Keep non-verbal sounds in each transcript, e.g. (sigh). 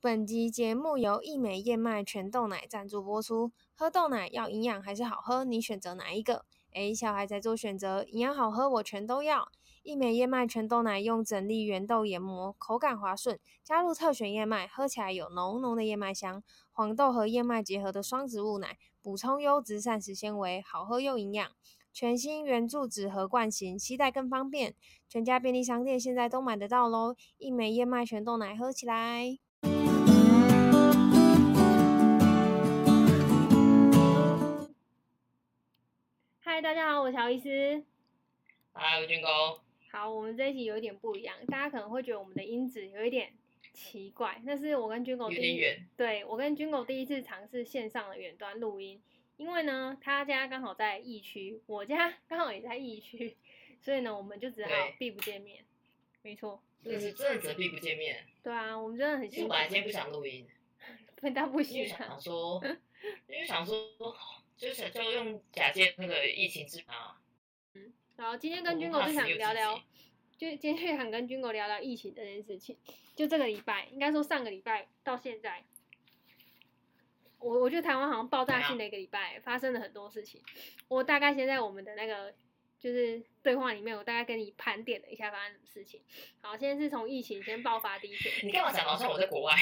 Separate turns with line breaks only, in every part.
本集节目由益美燕麦全豆奶赞助播出。喝豆奶要营养还是好喝？你选择哪一个？诶，小孩在做选择，营养好喝我全都要。益美燕麦全豆奶用整粒原豆研磨，口感滑顺，加入特选燕麦，喝起来有浓浓的燕麦香。黄豆和燕麦结合的双植物奶，补充优质膳食纤维，好喝又营养。全新圆柱纸盒罐型，携带更方便。全家便利商店现在都买得到喽！一枚燕麦全豆奶喝起来。嗨，大家好，我是乔医师。
嗨，吴军工，
好，我们这一集有一点不一样，大家可能会觉得我们的音质有一点奇怪，但是我跟军
有
狗第
点
一，
远，
对我跟军狗第一次尝试线上的远端录音，因为呢，他家刚好在疫区，我家 (laughs) 刚好也在疫区，所以呢，我们就只好
对
避不见面。没错，
就是真的只能避不见面。
对啊，我们真的很
其实
辛
我
苦
本，来今天不想录音，
不 (laughs) 但不
因为
行啊，
想说，因为想说，就是就用假借那个疫情之名啊，
然后今天跟
我
军
怕
狗就
死
想
有
聊
自
聊
己，
就今天想跟军狗聊聊疫情这件事情。就这个礼拜，应该说上个礼拜到现在，我我觉得台湾好像爆炸性的一个礼拜发生了很多事情。我大概先在我们的那个就是对话里面，我大概跟你盘点了一下发生什么事情。好，现在是从疫情先爆发第一天， (laughs)
你干嘛讲得好像我在国外？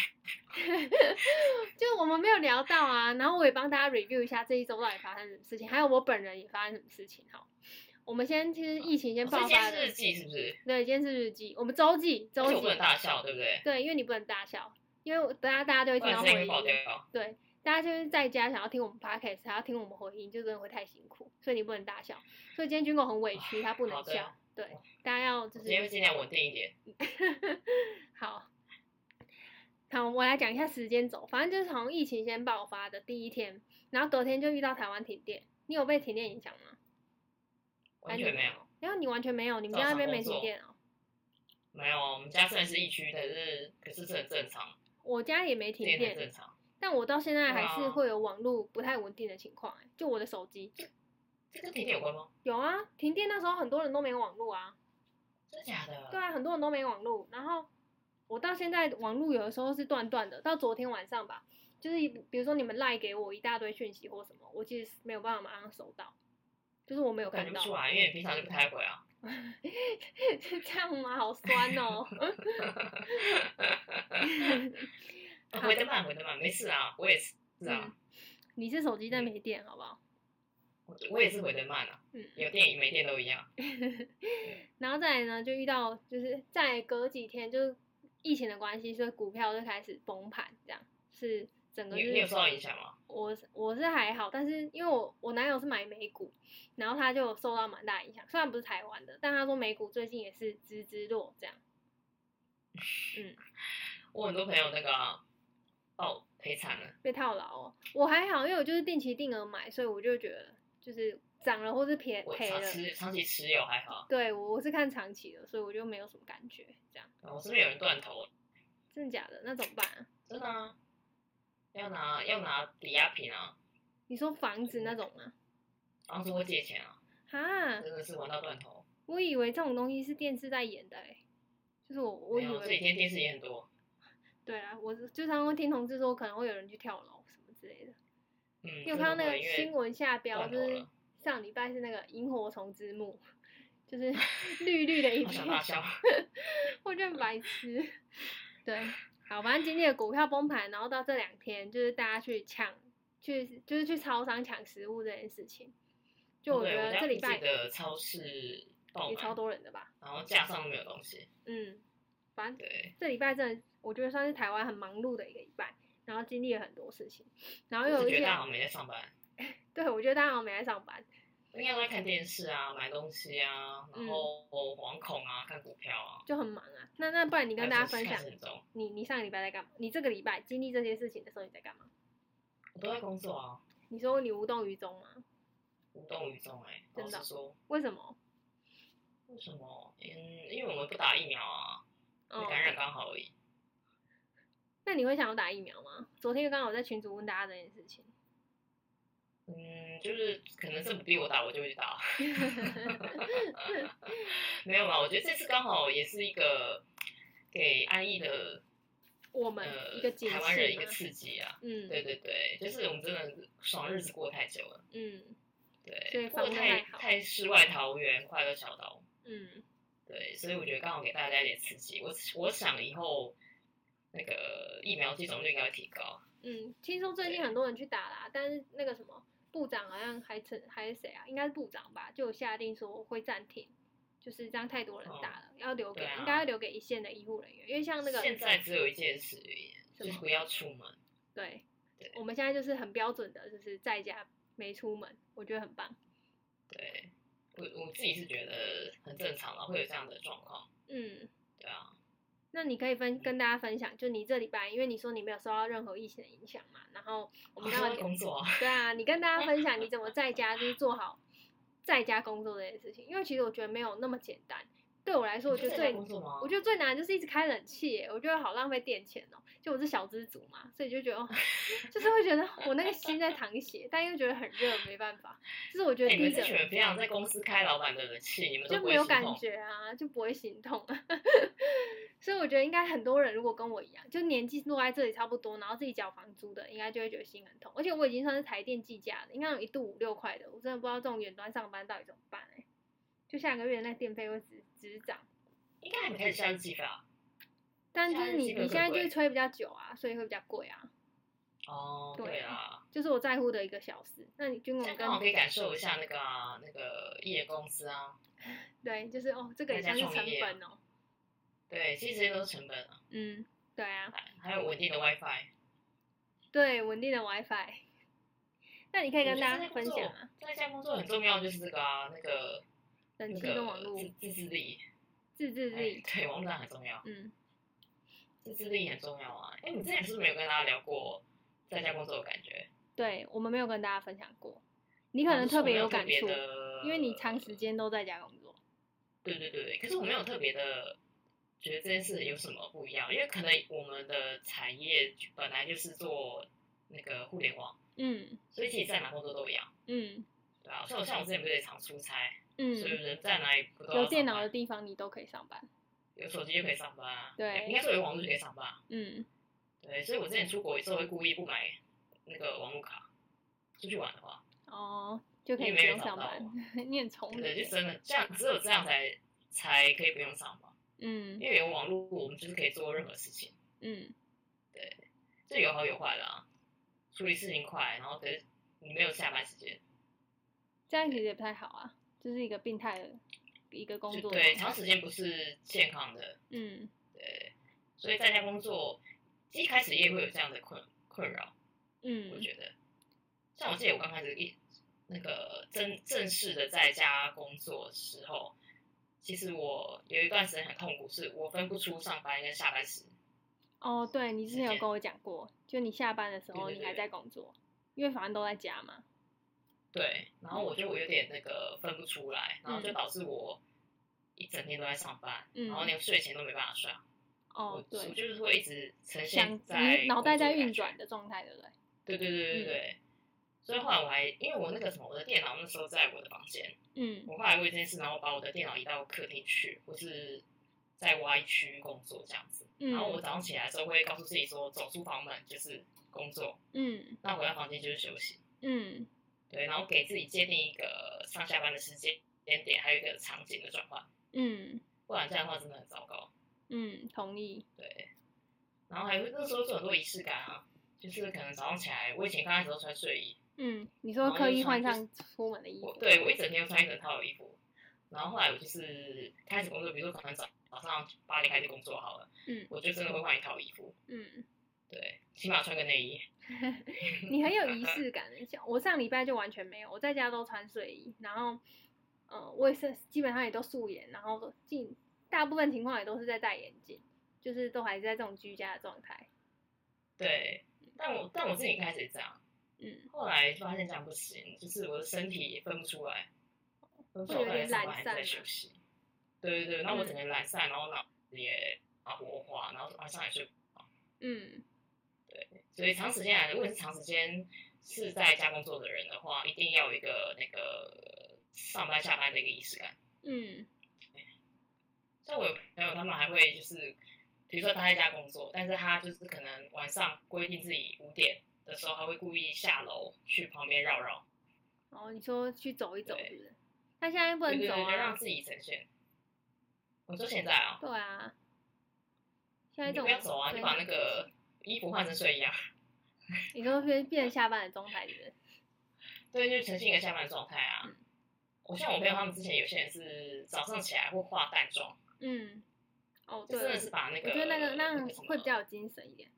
就我们没有聊到啊，然后我也帮大家 review 一下这一周到底发生什么事情，还有我本人也发生什么事情。好，我们先其实疫情先
所以
爆
今
发
天
的
哦是日记是不是？
对，今天是日记，我们周记，
而
周
且
记
我不能大笑，对不对？
对，因为你不能大笑，因为我等下大家就会
不
听
然
到
声音
回
会爆
音。
掉。
对，大家就是在家想要听我们 podcast，还要听我们回音，就真的会太辛苦，所以你不能大笑。所以今天军狗很委屈，他不
好
能
的
笑。对，大家要就
今天会
是
尽量稳定一点。
(laughs) 好。好，我来讲一下时间轴，反正就是从疫情先爆发的第一天，然后隔天就遇到台湾停电。你有被停电影响吗？
完全没有，
然后你完全没有，你们
早
家那
上
边
工
没停
作
电哦、
没有，我们家虽然是疫区，但是可是这很正常，
我家也没
这
停
也
电欸
很，正常。
但我到现在
对
还是
啊
会有网络不太稳定的情况、欸，就我的手机
这跟停电有关吗？
有啊，停电那时候很多人都没网络啊，
真的假的？
对啊，很多人都没网络，然后我到现在网络有的时候是断断的，到昨天晚上吧，就是比如说你们赖给我一大堆讯息或什么，我其实没有办法马上收到，就是我没有
我感
看
觉
到
不，出来，因为你平常就不太会
(laughs)
啊。
是 (laughs) 这样吗？好
(laughs)
酸哦、好
回得慢，回得慢，没事啊，我也是
嗯
啊，
你是手机在没电好不好？
我我也是回得慢啊，
嗯，
有电影没电都一样。
然后再来呢，就遇到就是在隔几天，就是疫情的关系，所以股票就开始崩盘，这样是整个
你你有
就
受
是
到影响吗？
我是我是还好，但是因为我我男友是买美股，然后他就受到蛮大影响，虽然不是台湾的，但他说美股最近也是直直落这样。
我很多朋友那个啊哦赔惨了，
被套牢哦。我还好，因为我就是定期定额买，所以我就觉得就是涨了或是赔
我
赔
长
了，
持长期持有还好，
对我我是看长期的，所以我就没有什么感觉。这样
我身边有人断头，
真的假的？那怎么办啊？
真的啊，要拿要拿抵押品啊，
你说房子那种吗？
然后说我借钱啊，
哈
真，的是玩到断头。
我以为这种东西是电视在演的哎、就是我我
没
以
有，这几
为
天电视也很多，
对啊，我是就常常会听同事说可能会有人去跳楼什么之类的。
嗯，
你有看到那
真的
个
因为
新闻下标，
断
就
头
是
了，
上礼拜是那个萤火虫之墓，就是 (laughs) 绿绿的一
我
片
想，大笑。
我真白痴。对，好，反正今天的股票崩盘，然后到这两天就是大家去抢，去就是去超商抢食物这件事情，就我
哦对
觉得
家
这礼
附
拜
近的超市爆
也超
满，
多人的吧，
然后架上都没有东西，
嗯，反正
对，
这礼拜真的，我觉得算是台湾很忙碌的一个礼拜，然后经历了很多事情，然后
我
有
只
一
觉得
些
大，好没在上班，
对我觉得大家好像没来上班，
应该都在看电视啊，买东西啊，
嗯
然后惶恐啊，看股票啊。
就很忙啊。那那不然你跟大家分享
看，神州
你你上个礼拜在干嘛？你这个礼拜经历这些事情的时候你在干嘛？
我都在工作啊，
你说你无动于衷吗？
无动于衷哎、
真
老
的哦
实说，
为什么？
为什么？嗯，因为我们不打疫苗啊，
哦，
感染刚好而已。
那你会想要打疫苗吗？昨天刚好在群组问大家这件事情，
嗯，就是可能政府逼我打，我就会去
(laughs)
打。没有吧？我觉得这次刚好也是一个给安逸的
我们
呃
一个解释
台湾人一个
嘛
刺激啊。
嗯，
对对对，就是我们真的爽日子过得太久了，
嗯所以
对，
放
过
不
得
太
太
好
太世外桃源、快乐小岛，
嗯，
对，所以我觉得刚好给大家一点刺激。我我想以后那个疫苗接种率应该会提高，
嗯，听说最近
对
很多人去打啦，但是那个什么部长好像还成还是谁啊？应该是部长吧，就有下令说会暂停，就是这样太多人打了，要留给、
对啊
应该要留给一线的医护人员，因为像那个
现在只有一件事而已，就
什
是
么
不要出门。
对
对
我们现在就是很标准的，就是在家没出门，我觉得很棒。
对，我我自己是觉得很正常了，会有这样的状况。
嗯，
对啊，
那你可以
嗯
分跟大家分享，就你这礼拜，因为你说你没有受到任何疫情的影响嘛，然后
我
我们
们
刚
刚
好
刚工作啊，
对啊，你跟大家分享你怎么在家就是做好在家工作这件事情，因为其实我觉得没有那么简单。对我来说，我觉
你
得
在家 (laughs)
最
工作吗？
我觉得最难的就是一直开冷气耶，我觉得好浪费电钱哦、就我是小资族嘛，所以就觉得、哦就是会觉得我那个心在淌血，但又觉得很热，没办法。就是我觉得
哎你
第一
们这
个
群人平常在公司开老板的人气，你们都
就
不
没
会
有
心
感
痛。
觉啊，就不会心痛、 (laughs) 啊。所以我觉得应该很多人如果跟我一样，就年纪落在这里差不多，然后自己缴房租的，应该就会觉得心很痛。而且我已经算是台电计价的，应该有一度五六块的，我真的不知道这种远端上班到底怎么办哎、就下个月那电费会直直涨，
应该还没开始啊下日记吧？
但就是你
现在日期会更
你现在就是
贵
吹比较久啊，所以会比较贵啊，
哦，
对啊
对啦，
就是我在乎的一个小事。那你军
这
工
样
跟
刚好可以感受一下那个啊、那个艺人公司啊。
对，就是哦，这个也
大
算
家
是成
创业啊
本哦，
对，其实这些都是成本啊，
嗯，对啊。
还有稳定的 WiFi。
对，稳定的 WiFi。那你可以跟大家分享啊，
在家工作很重要，就是这个啊，那个
冷
那
气跟
个
网络
自自制力，
自制
哎
力。
对，网站很重要。
嗯，
自制力很重要啊。哎、你之前是不是没有跟大家聊过在家工作的感觉？
对，我们没有跟大家分享过，你
你
可能特别有感触，
的
因为你长时。间都在家工作。
对对对，可是我没有特别的觉得这件事有什么不一样，因为可能我们的产业本来就是做那个互联网，
嗯
所以其实在哪工作都一样，
嗯
对吧、像我像我之前不是也常出差，所以
嗯，
人在哪里不都要
有电
啊上
脑的
班
地方你都可以上班。
有手机就可以上班啊，
对
应该说有网络就可以上班啊。
嗯，
对，所以我之前出国有时候会故意不买那个网络卡，出去玩的话，
哦，就可
因
以
为
不
没人
用
找
上
到哦
班
我。，
(laughs) 你很聪明欸
对，
耶
就。真的这样，只有这样才才可以不用上班，
嗯
因为有网络，我们就是可以做任何事情，
嗯，
这有好有坏啦。处理事情快，然后可是你没有下班时间，
这样其实也不太好啊，就是一个病态的一个工
就
作。
对，长时间不是健康的，
嗯
对，所以在家工作一开始也会有这样的困困扰，我
嗯
觉得，像我记得我刚开始一那个正正式的在家工作的时候，其实我有一段时间很痛苦，是我分不出上班跟下班时，
哦，对你之
时
前有
间
跟我讲过，就你下班的时
对
候
对
你还
对
在工作，因为反正都在家嘛。
对，然后我觉得我有点那个分不出来，然后就
嗯
导致我一整天都在上班，
嗯
然后连睡前都没办法睡。
哦
我，我
对，
就是会一直呈
想
现在
你脑袋
工作
在
的感
运
觉
转。的状态，对不对？
对对对对
嗯
对。所以后来我还因为我那个什么，我的电脑那时候在我的房间，
嗯
我后来为这件事，然后把我的电脑移到客厅去，或是在 Y 区工作这样子。然后我
嗯
早上起来的时候会告诉自己说，走出房门就是工作，
嗯
那回到房间就是休息。
嗯
对，然后给自己界定一个上下班的时间点点，还有一个场景的转换，
嗯
不然这样的话真的很糟糕。
嗯，同意。
对，然后还会那时候做很多仪式感啊，就是可能早上起来，我以前刚开始都穿睡衣，
嗯，你说
然后
刻
就
意换
穿就
上出门的衣
我
服，
对我一整天都穿一整套的衣服，然后后来我就是开始工作，比如说可能早早上八点开始工作好了，
嗯
我就真的会换一套衣服，
嗯，
对，起码穿个内衣，
你很有仪式感的。像我上礼拜就完全没有，我在家都穿睡衣，然后，呃，我也是基本上也都素颜，然后进大部分情况也都是在戴眼镜，就是都还是在这种居家的状态。
对，但我但我自己一开始也这样，
嗯，
后来发现这样不行，就是我的身体也分不出来，分不出
会
来到
有
底
点
上班还是
懒散
在
嘛
休息，对对对，然后我
嗯
整个懒散，然后脑子也啊活化，然后晚上也睡不
嗯
所以长时间来的，如果你是长时间是在家工作的人的话，一定要有一个那个上班下班的一个仪式感。
嗯
像我有朋友，他们还会就是比如说他在家工作，但是他就是可能晚上规定自己五点的时候，他会故意下楼去旁边绕绕，
哦，你说去走一走
对
是不是？他现在不
对
能
对
走
对，让
啊。
自己呈现。我说现在啊，
对啊，现在
你
这
不
种
要走啊，
非
你把
常
那个衣服换成睡衣啊，
你说变变成下班的状态是不是？
对，就是呈现一个下班状态
嗯
啊。我像我朋友他们之前有些人是早上起来会化淡妆，
嗯，哦，
就
对，
真的是把那
我
个
觉得那个那样
什么
会比较有精神一点。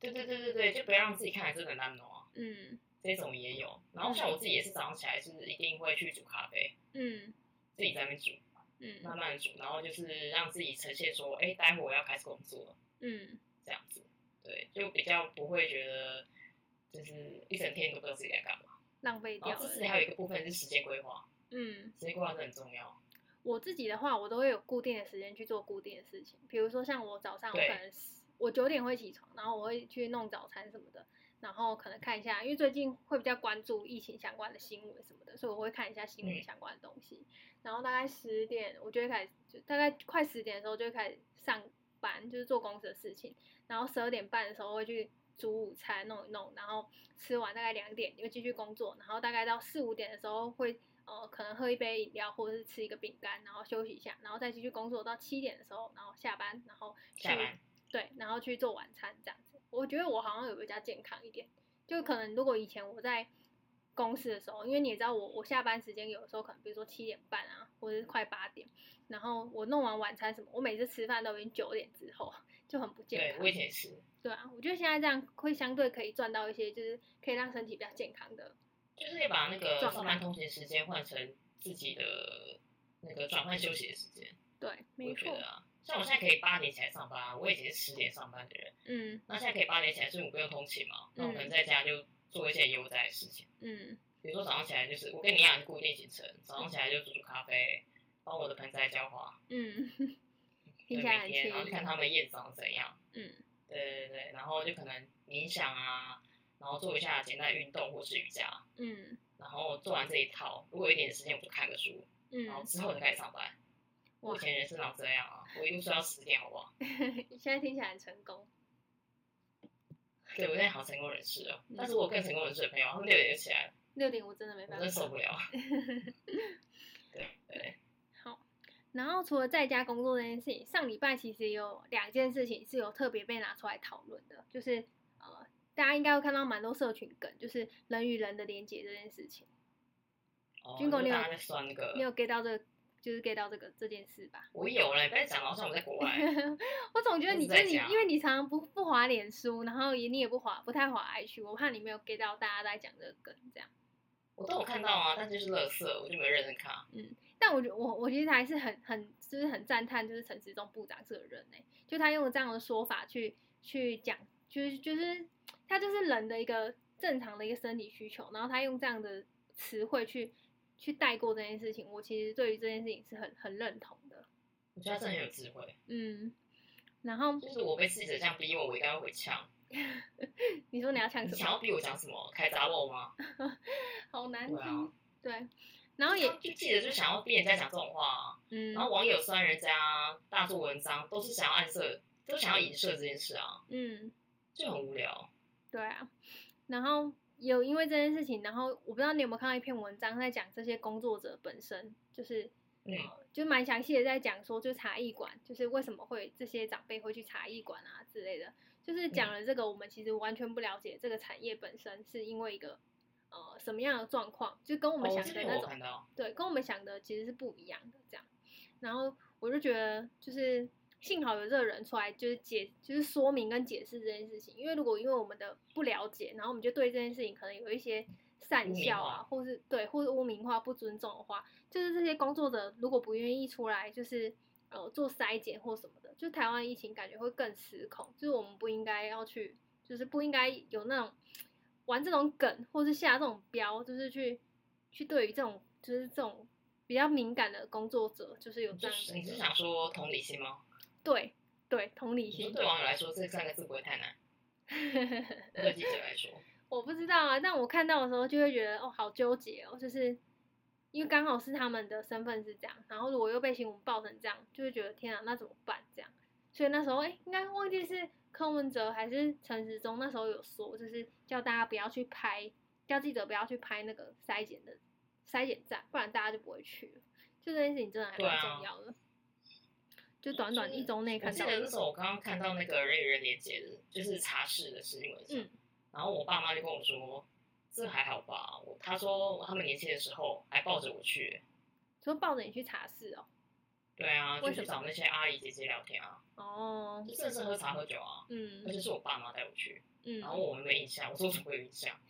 对对对对对，就不要让自己看起来真的很难弄啊。
嗯
这种也有，然后像我自己也是早上起来是一定会去煮咖啡，
嗯
自己在那边煮，慢
嗯
慢地煮，然后就是让自己呈现说，哎、待会我要开始工作了，
嗯，
这样子，对，就比较不会觉得就是一整天都不知道自己在干嘛。
浪费掉
然后
了
这。哦次还有一个部分是时间规划，
嗯，
时间规划是很重要。
我自己的话，我都会有固定的时间去做固定的事情，比如说像我早上，我
对
可能10我九点会起床，然后我会去弄早餐什么的，然后可能看一下，因为最近会比较关注疫情相关的新闻什么的，所以我会看一下新闻
嗯
相关的东西。然后大概十点，我就会开始，就大概快十点的时候就会开始上班，就是做公司的事情。然后十二点半的时候会去煮午餐弄一弄，然后吃完大概两点又继续工作，然后大概到四五点的时候会呃可能喝一杯饮料或者是吃一个饼干，然后休息一下，然后再继续工作到七点的时候，然后下班，然后去
下班
对，然后去做晚餐这样子。我觉得我好像有比较健康一点，就可能如果以前我在公司的时候，因为你也知道我我下班时间有的时候可能比如说七点半啊，或者是快八点，然后我弄完晚餐什么，我每次吃饭都已经九点之后，就很不健
对
康。
我以前也是，
对啊，我觉得现在这样会相对可以赚到一些，就是可以让身体比较健康的。
就是也把那个
状态
上班通勤时间换成自己的那个转换休息的时间，
对，
我
没
觉
错
得。啊。像我现在可以八点起来上班啊，我以前是十点上班的人，
嗯
那现在可以八点起来，所以我不用通勤嘛。那我可能
嗯
在家就做一些悠哉的事情，
嗯
比如说早上起来就是我跟你一样是固定行程，早上起来就煮煮咖啡，帮我的盆栽浇花， (laughs)
嗯，
对
听起来
每
很
天，然后
惬
就
意。
看他们夜长怎样。
嗯
对对对，然后就可能冥想啊，然后做一下简单的运动或是瑜伽，
嗯
然后做完这一套，如果有一点时间我就看个书，然后
嗯，
之后就开始上班。我
哇
以，前人生长这样啊，我一路睡到十点，好不好？
(laughs) 现在听起来很成功。
对我现在好成功人士哦，
嗯
但是我更成功人士的朋友，他们六点就起来了，
六点我真的没
我
办
真
法
的。受不了。对对。
好，然后除了在家工作这件事情，上礼拜其实有两件事情是有特别被拿出来讨论的，就是呃，大家应该会看到蛮多社群梗，就是人与人的连接这件事情。
哦，
军狗
就
你有
大家在算那
你
个，
有 get 到这个，就是 get 到这个这件事吧？
我有嘞，不要讲得好像我在国
(laughs)
外。
我总觉得
我
你
是
就是
在
你，
家
因为你常常不不滑脸书，然后也你也不滑，不太滑 IG，我怕你没有 get 到大家在讲这个梗这样。
我都有看到啊，但就是垃圾，我就没有认真看啊。
但我觉得我我其实还是很很就是很赞叹，就是陈时中部长这个人呢、就他用这样的说法去去讲，就是就是他就是人的一个正常的一个生理需求，然后他用这样的词汇去去带过这件事情，我其实对于这件事情是很很认同的，
我觉得他真的很有智慧，
嗯。然后
就是我被记者这样逼问，我应该会回呛。
你说你要唱
你
什
想要
么？
逼我讲什么？开杂货吗？
好难
对啊
听，对。然后也
就记者就想要逼人家讲这种话啊，
嗯，
然后网友酸人家，大做文章，都是想要暗射，都想要影射这件事啊，
嗯，
就很无聊。
对啊，然后有因为这件事情，然后我不知道你有没有看到一篇文章在讲这些工作者本身，就是
嗯
呃就蛮详细的在讲说，就茶艺馆，就是为什么会这些长辈会去茶艺馆啊之类的，就是讲
嗯
了这个，我们其实完全不了解这个产业本身是因为一个呃什么样的状况，就跟我
我
们想
哦这
的
边
那
我
种
看到，
对，跟我们想的其实是不一样的这样。然后我就觉得，就是幸好有这个人出来，就是解，就是说明跟解释这件事情。因为如果因为我们的不了解，然后我们就对这件事情可能有一些
污
善
名
笑
化
啊，或是对，或是污名化、不尊重的话，就是这些工作者如果不愿意出来，就是呃做筛检或什么的，就台湾疫情感觉会更失控。就是我们不应该要去，就是不应该有那种玩这种梗，或是下这种标，就是去去对于这种就是这种比较敏感的工作者，就是有
你
这
就
样
是
子
你是
的
想说啊同理心吗？
对对同理
你说
心。
对网友来说，这三个字不会太
(laughs)
难，对记者来说，
我不知道啊，但我看到的时候就会觉得哦，好纠结哦，就是因为刚好是他们的身份是这样，然后如果又被新闻报成这样，就会觉得天啊，那怎么办？这样所以那时候哎、诶应该忘记是柯文哲还是陈时中那时候有说，就是叫大家不要去拍，叫记者不要去拍那个筛检的筛检站，不然大家就不会去了。就这件事情真的还
对
蛮
啊
重要的。就短短
就是
一周内
我
看
记
到
得
的
那时候我刚刚看到那个人与人连接的，就是茶室的新闻上，
嗯
然后我爸妈就跟我说，这还好吧，我他说他们年轻的时候还抱着我去，
说抱着你去茶室哦。
对啊，就
为什
去
么
找那些阿姨姐姐聊天啊，
哦
就，真的是喝茶喝酒啊，而
嗯
且是我爸妈带我去，
嗯
然，后我们没印象，我说我怎么会有印
(laughs)
象？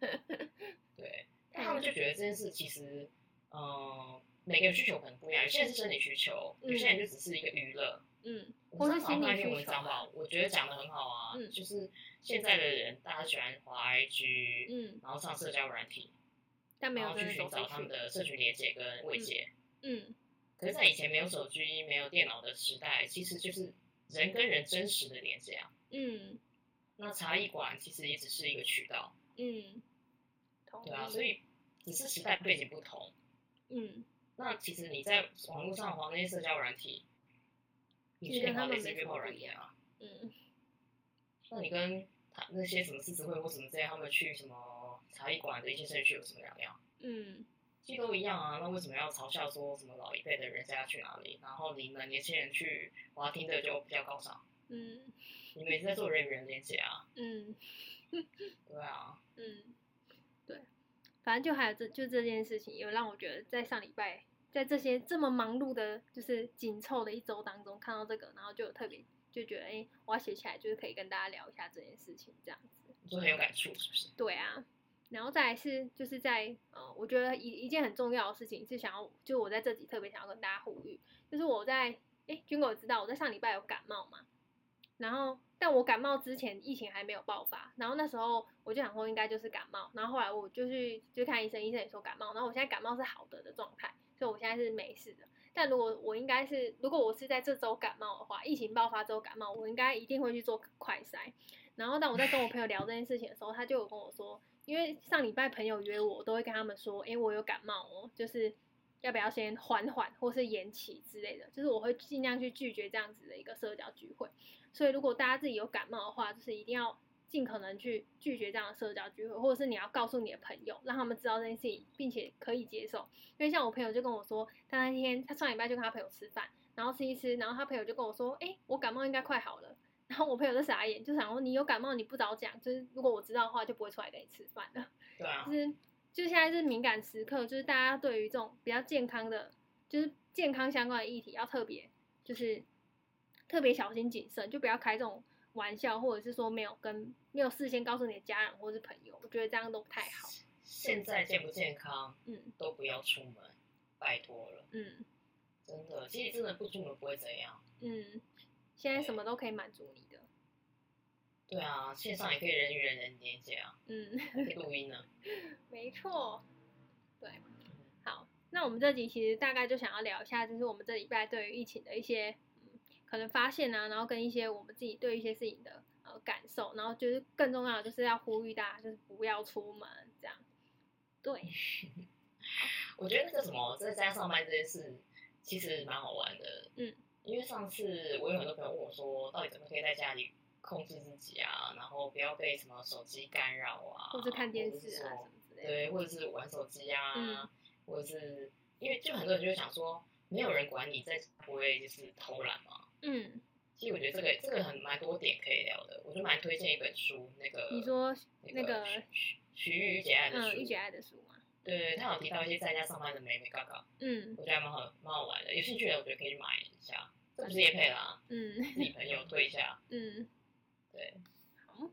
对，但
嗯
他们就觉得这件事其实，嗯、每个人需求可能不一样，有些人是生理需求，有些人就只是一个娱乐，
嗯，
我
或
上
是
次好
心
像看
理
一篇
需
文
求
章吧
吧。，
我觉得讲的很好啊，
嗯
就是现在的人大家喜欢滑 IG，、
嗯，
然后上社交软体，
但没
然
有
后
真
去
的
寻
走
找他
出
们
去。
的社群连接跟慰藉。
嗯，
可是，在以前没有手机、没有电脑的时代，其实就是人跟人真实的连接啊。
嗯
那茶艺馆其实也只是一个渠道，
嗯，同意。
对啊，所以只是时代背景不同。
嗯，
那其实你在网络上滑那些社交软体，你
其实
去
跟他
滑的
们
是
没
约
什么
炮
不
软
一
体
样
啊，
嗯，
那你跟他那些什么狮子会或什么之类，他们去什么茶艺馆的一些程序有什么两样？
嗯，
其实都一样啊，那为什么要嘲笑说什么老一辈的人家去哪里，然后你们年轻人去我听的就比较高尚？
嗯，
你们也是在做人与人连接啊，
嗯，
对啊，
嗯，对，反正就还有这就这件事情，有让我觉得在上礼拜，在这些这么忙碌的，就是紧凑的一周当中，看到这个，然后就有特别就觉得，哎、我要写起来，就是可以跟大家聊一下这件事情，这样子。
就很有感触，是不是？
对啊，然后再来是就是在呃，我觉得一一件很重要的事情是想要，就我在这集特别想要跟大家呼吁，就是我在诶，军狗知道我在上礼拜有感冒嘛，然后但我感冒之前疫情还没有爆发，然后那时候我就想说应该就是感冒，然后后来我就去就看医生，医生也说感冒，然后我现在感冒是好的的状态，所以我现在是没事的。但如果我应该是，如果我是在这周感冒的话，疫情爆发之后感冒，我应该一定会去做快筛。然后，当我在跟我朋友聊这件事情的时候，他就有跟我说，因为上礼拜朋友约我，我都会跟他们说，诶，我有感冒哦，就是要不要先缓缓，或是延期之类的，就是我会尽量去拒绝这样子的一个社交聚会。所以，如果大家自己有感冒的话，就是一定要尽可能去拒绝这样的社交聚会，或者是你要告诉你的朋友，让他们知道这件事情，并且可以接受。因为像我朋友就跟我说，他那天他上礼拜就跟他朋友吃饭，然后吃一吃，然后他朋友就跟我说，诶，我感冒应该快好了。然后我朋友就傻眼，就想说你有感冒你不早讲，就是如果我知道的话就不会出来跟你吃饭了。
对啊
就，是就现在是敏感时刻，就是大家对于这种比较健康的，就是健康相关的议题要特别，就是特别小心谨慎，就不要开这种玩笑，或者是说没有跟没有事先告诉你的家人或是朋友，我觉得这样都不太好。
现在健不健康
嗯
都不要出门，拜托了，
嗯
真的，其实真的不出门不会怎样。
嗯，现在什么都可以满足你的。
对啊，线上也可以人与人连连接啊，
嗯，
还可以录音啊呢、
没错。对，好，那我们这集其实大概就想要聊一下，就是我们这礼拜对于疫情的一些嗯可能发现啊，然后跟一些我们自己对一些事情的呃感受，然后就是更重要的就是要呼吁大家就是不要出门这样。对，
我觉得那个什么在家上班这件事，其实蛮好玩的。
嗯，
因为上次我有很多朋友问我说，到底怎么可以在家里控制自己啊，然后不要被什么手机干扰啊，
或是看电视啊
或者
什么之
是
类的。
对，或者是玩手机啊，
嗯
或者是因为就很多人就会想说，没有人管你，在家不会就是偷懒嘛。
嗯，
其实我觉得这个这个很蛮多点可以聊的，我就蛮推荐一本书，那个
你说
那
那个
徐徐徐玉玉姐爱的书，
嗯御姐爱的书嘛，
对，他有提到一些在家上班的美美嘎嘎，
嗯
我觉得还蛮好蛮好玩的，有兴趣的我觉得可以去买一下，这不是叶配啦，
嗯
自己朋友推一下，
嗯，
对，
好。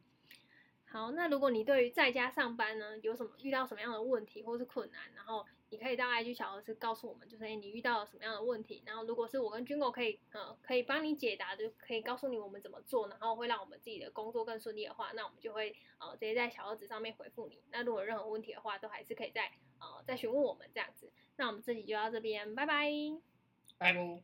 好，那如果你对于在家上班呢，有什么遇到什么样的问题或是困难，然后你可以到 IG 小盒子告诉我们，就是、诶你遇到了什么样的问题，然后如果是我跟军狗可以，呃，可以帮你解答，就可以告诉你我们怎么做，然后会让我们自己的工作更顺利的话，那我们就会呃直接在小盒子上面回复你。那如果有任何问题的话，都还是可以在呃再询问我们这样子。那我们这集就到这边，拜拜。
拜拜。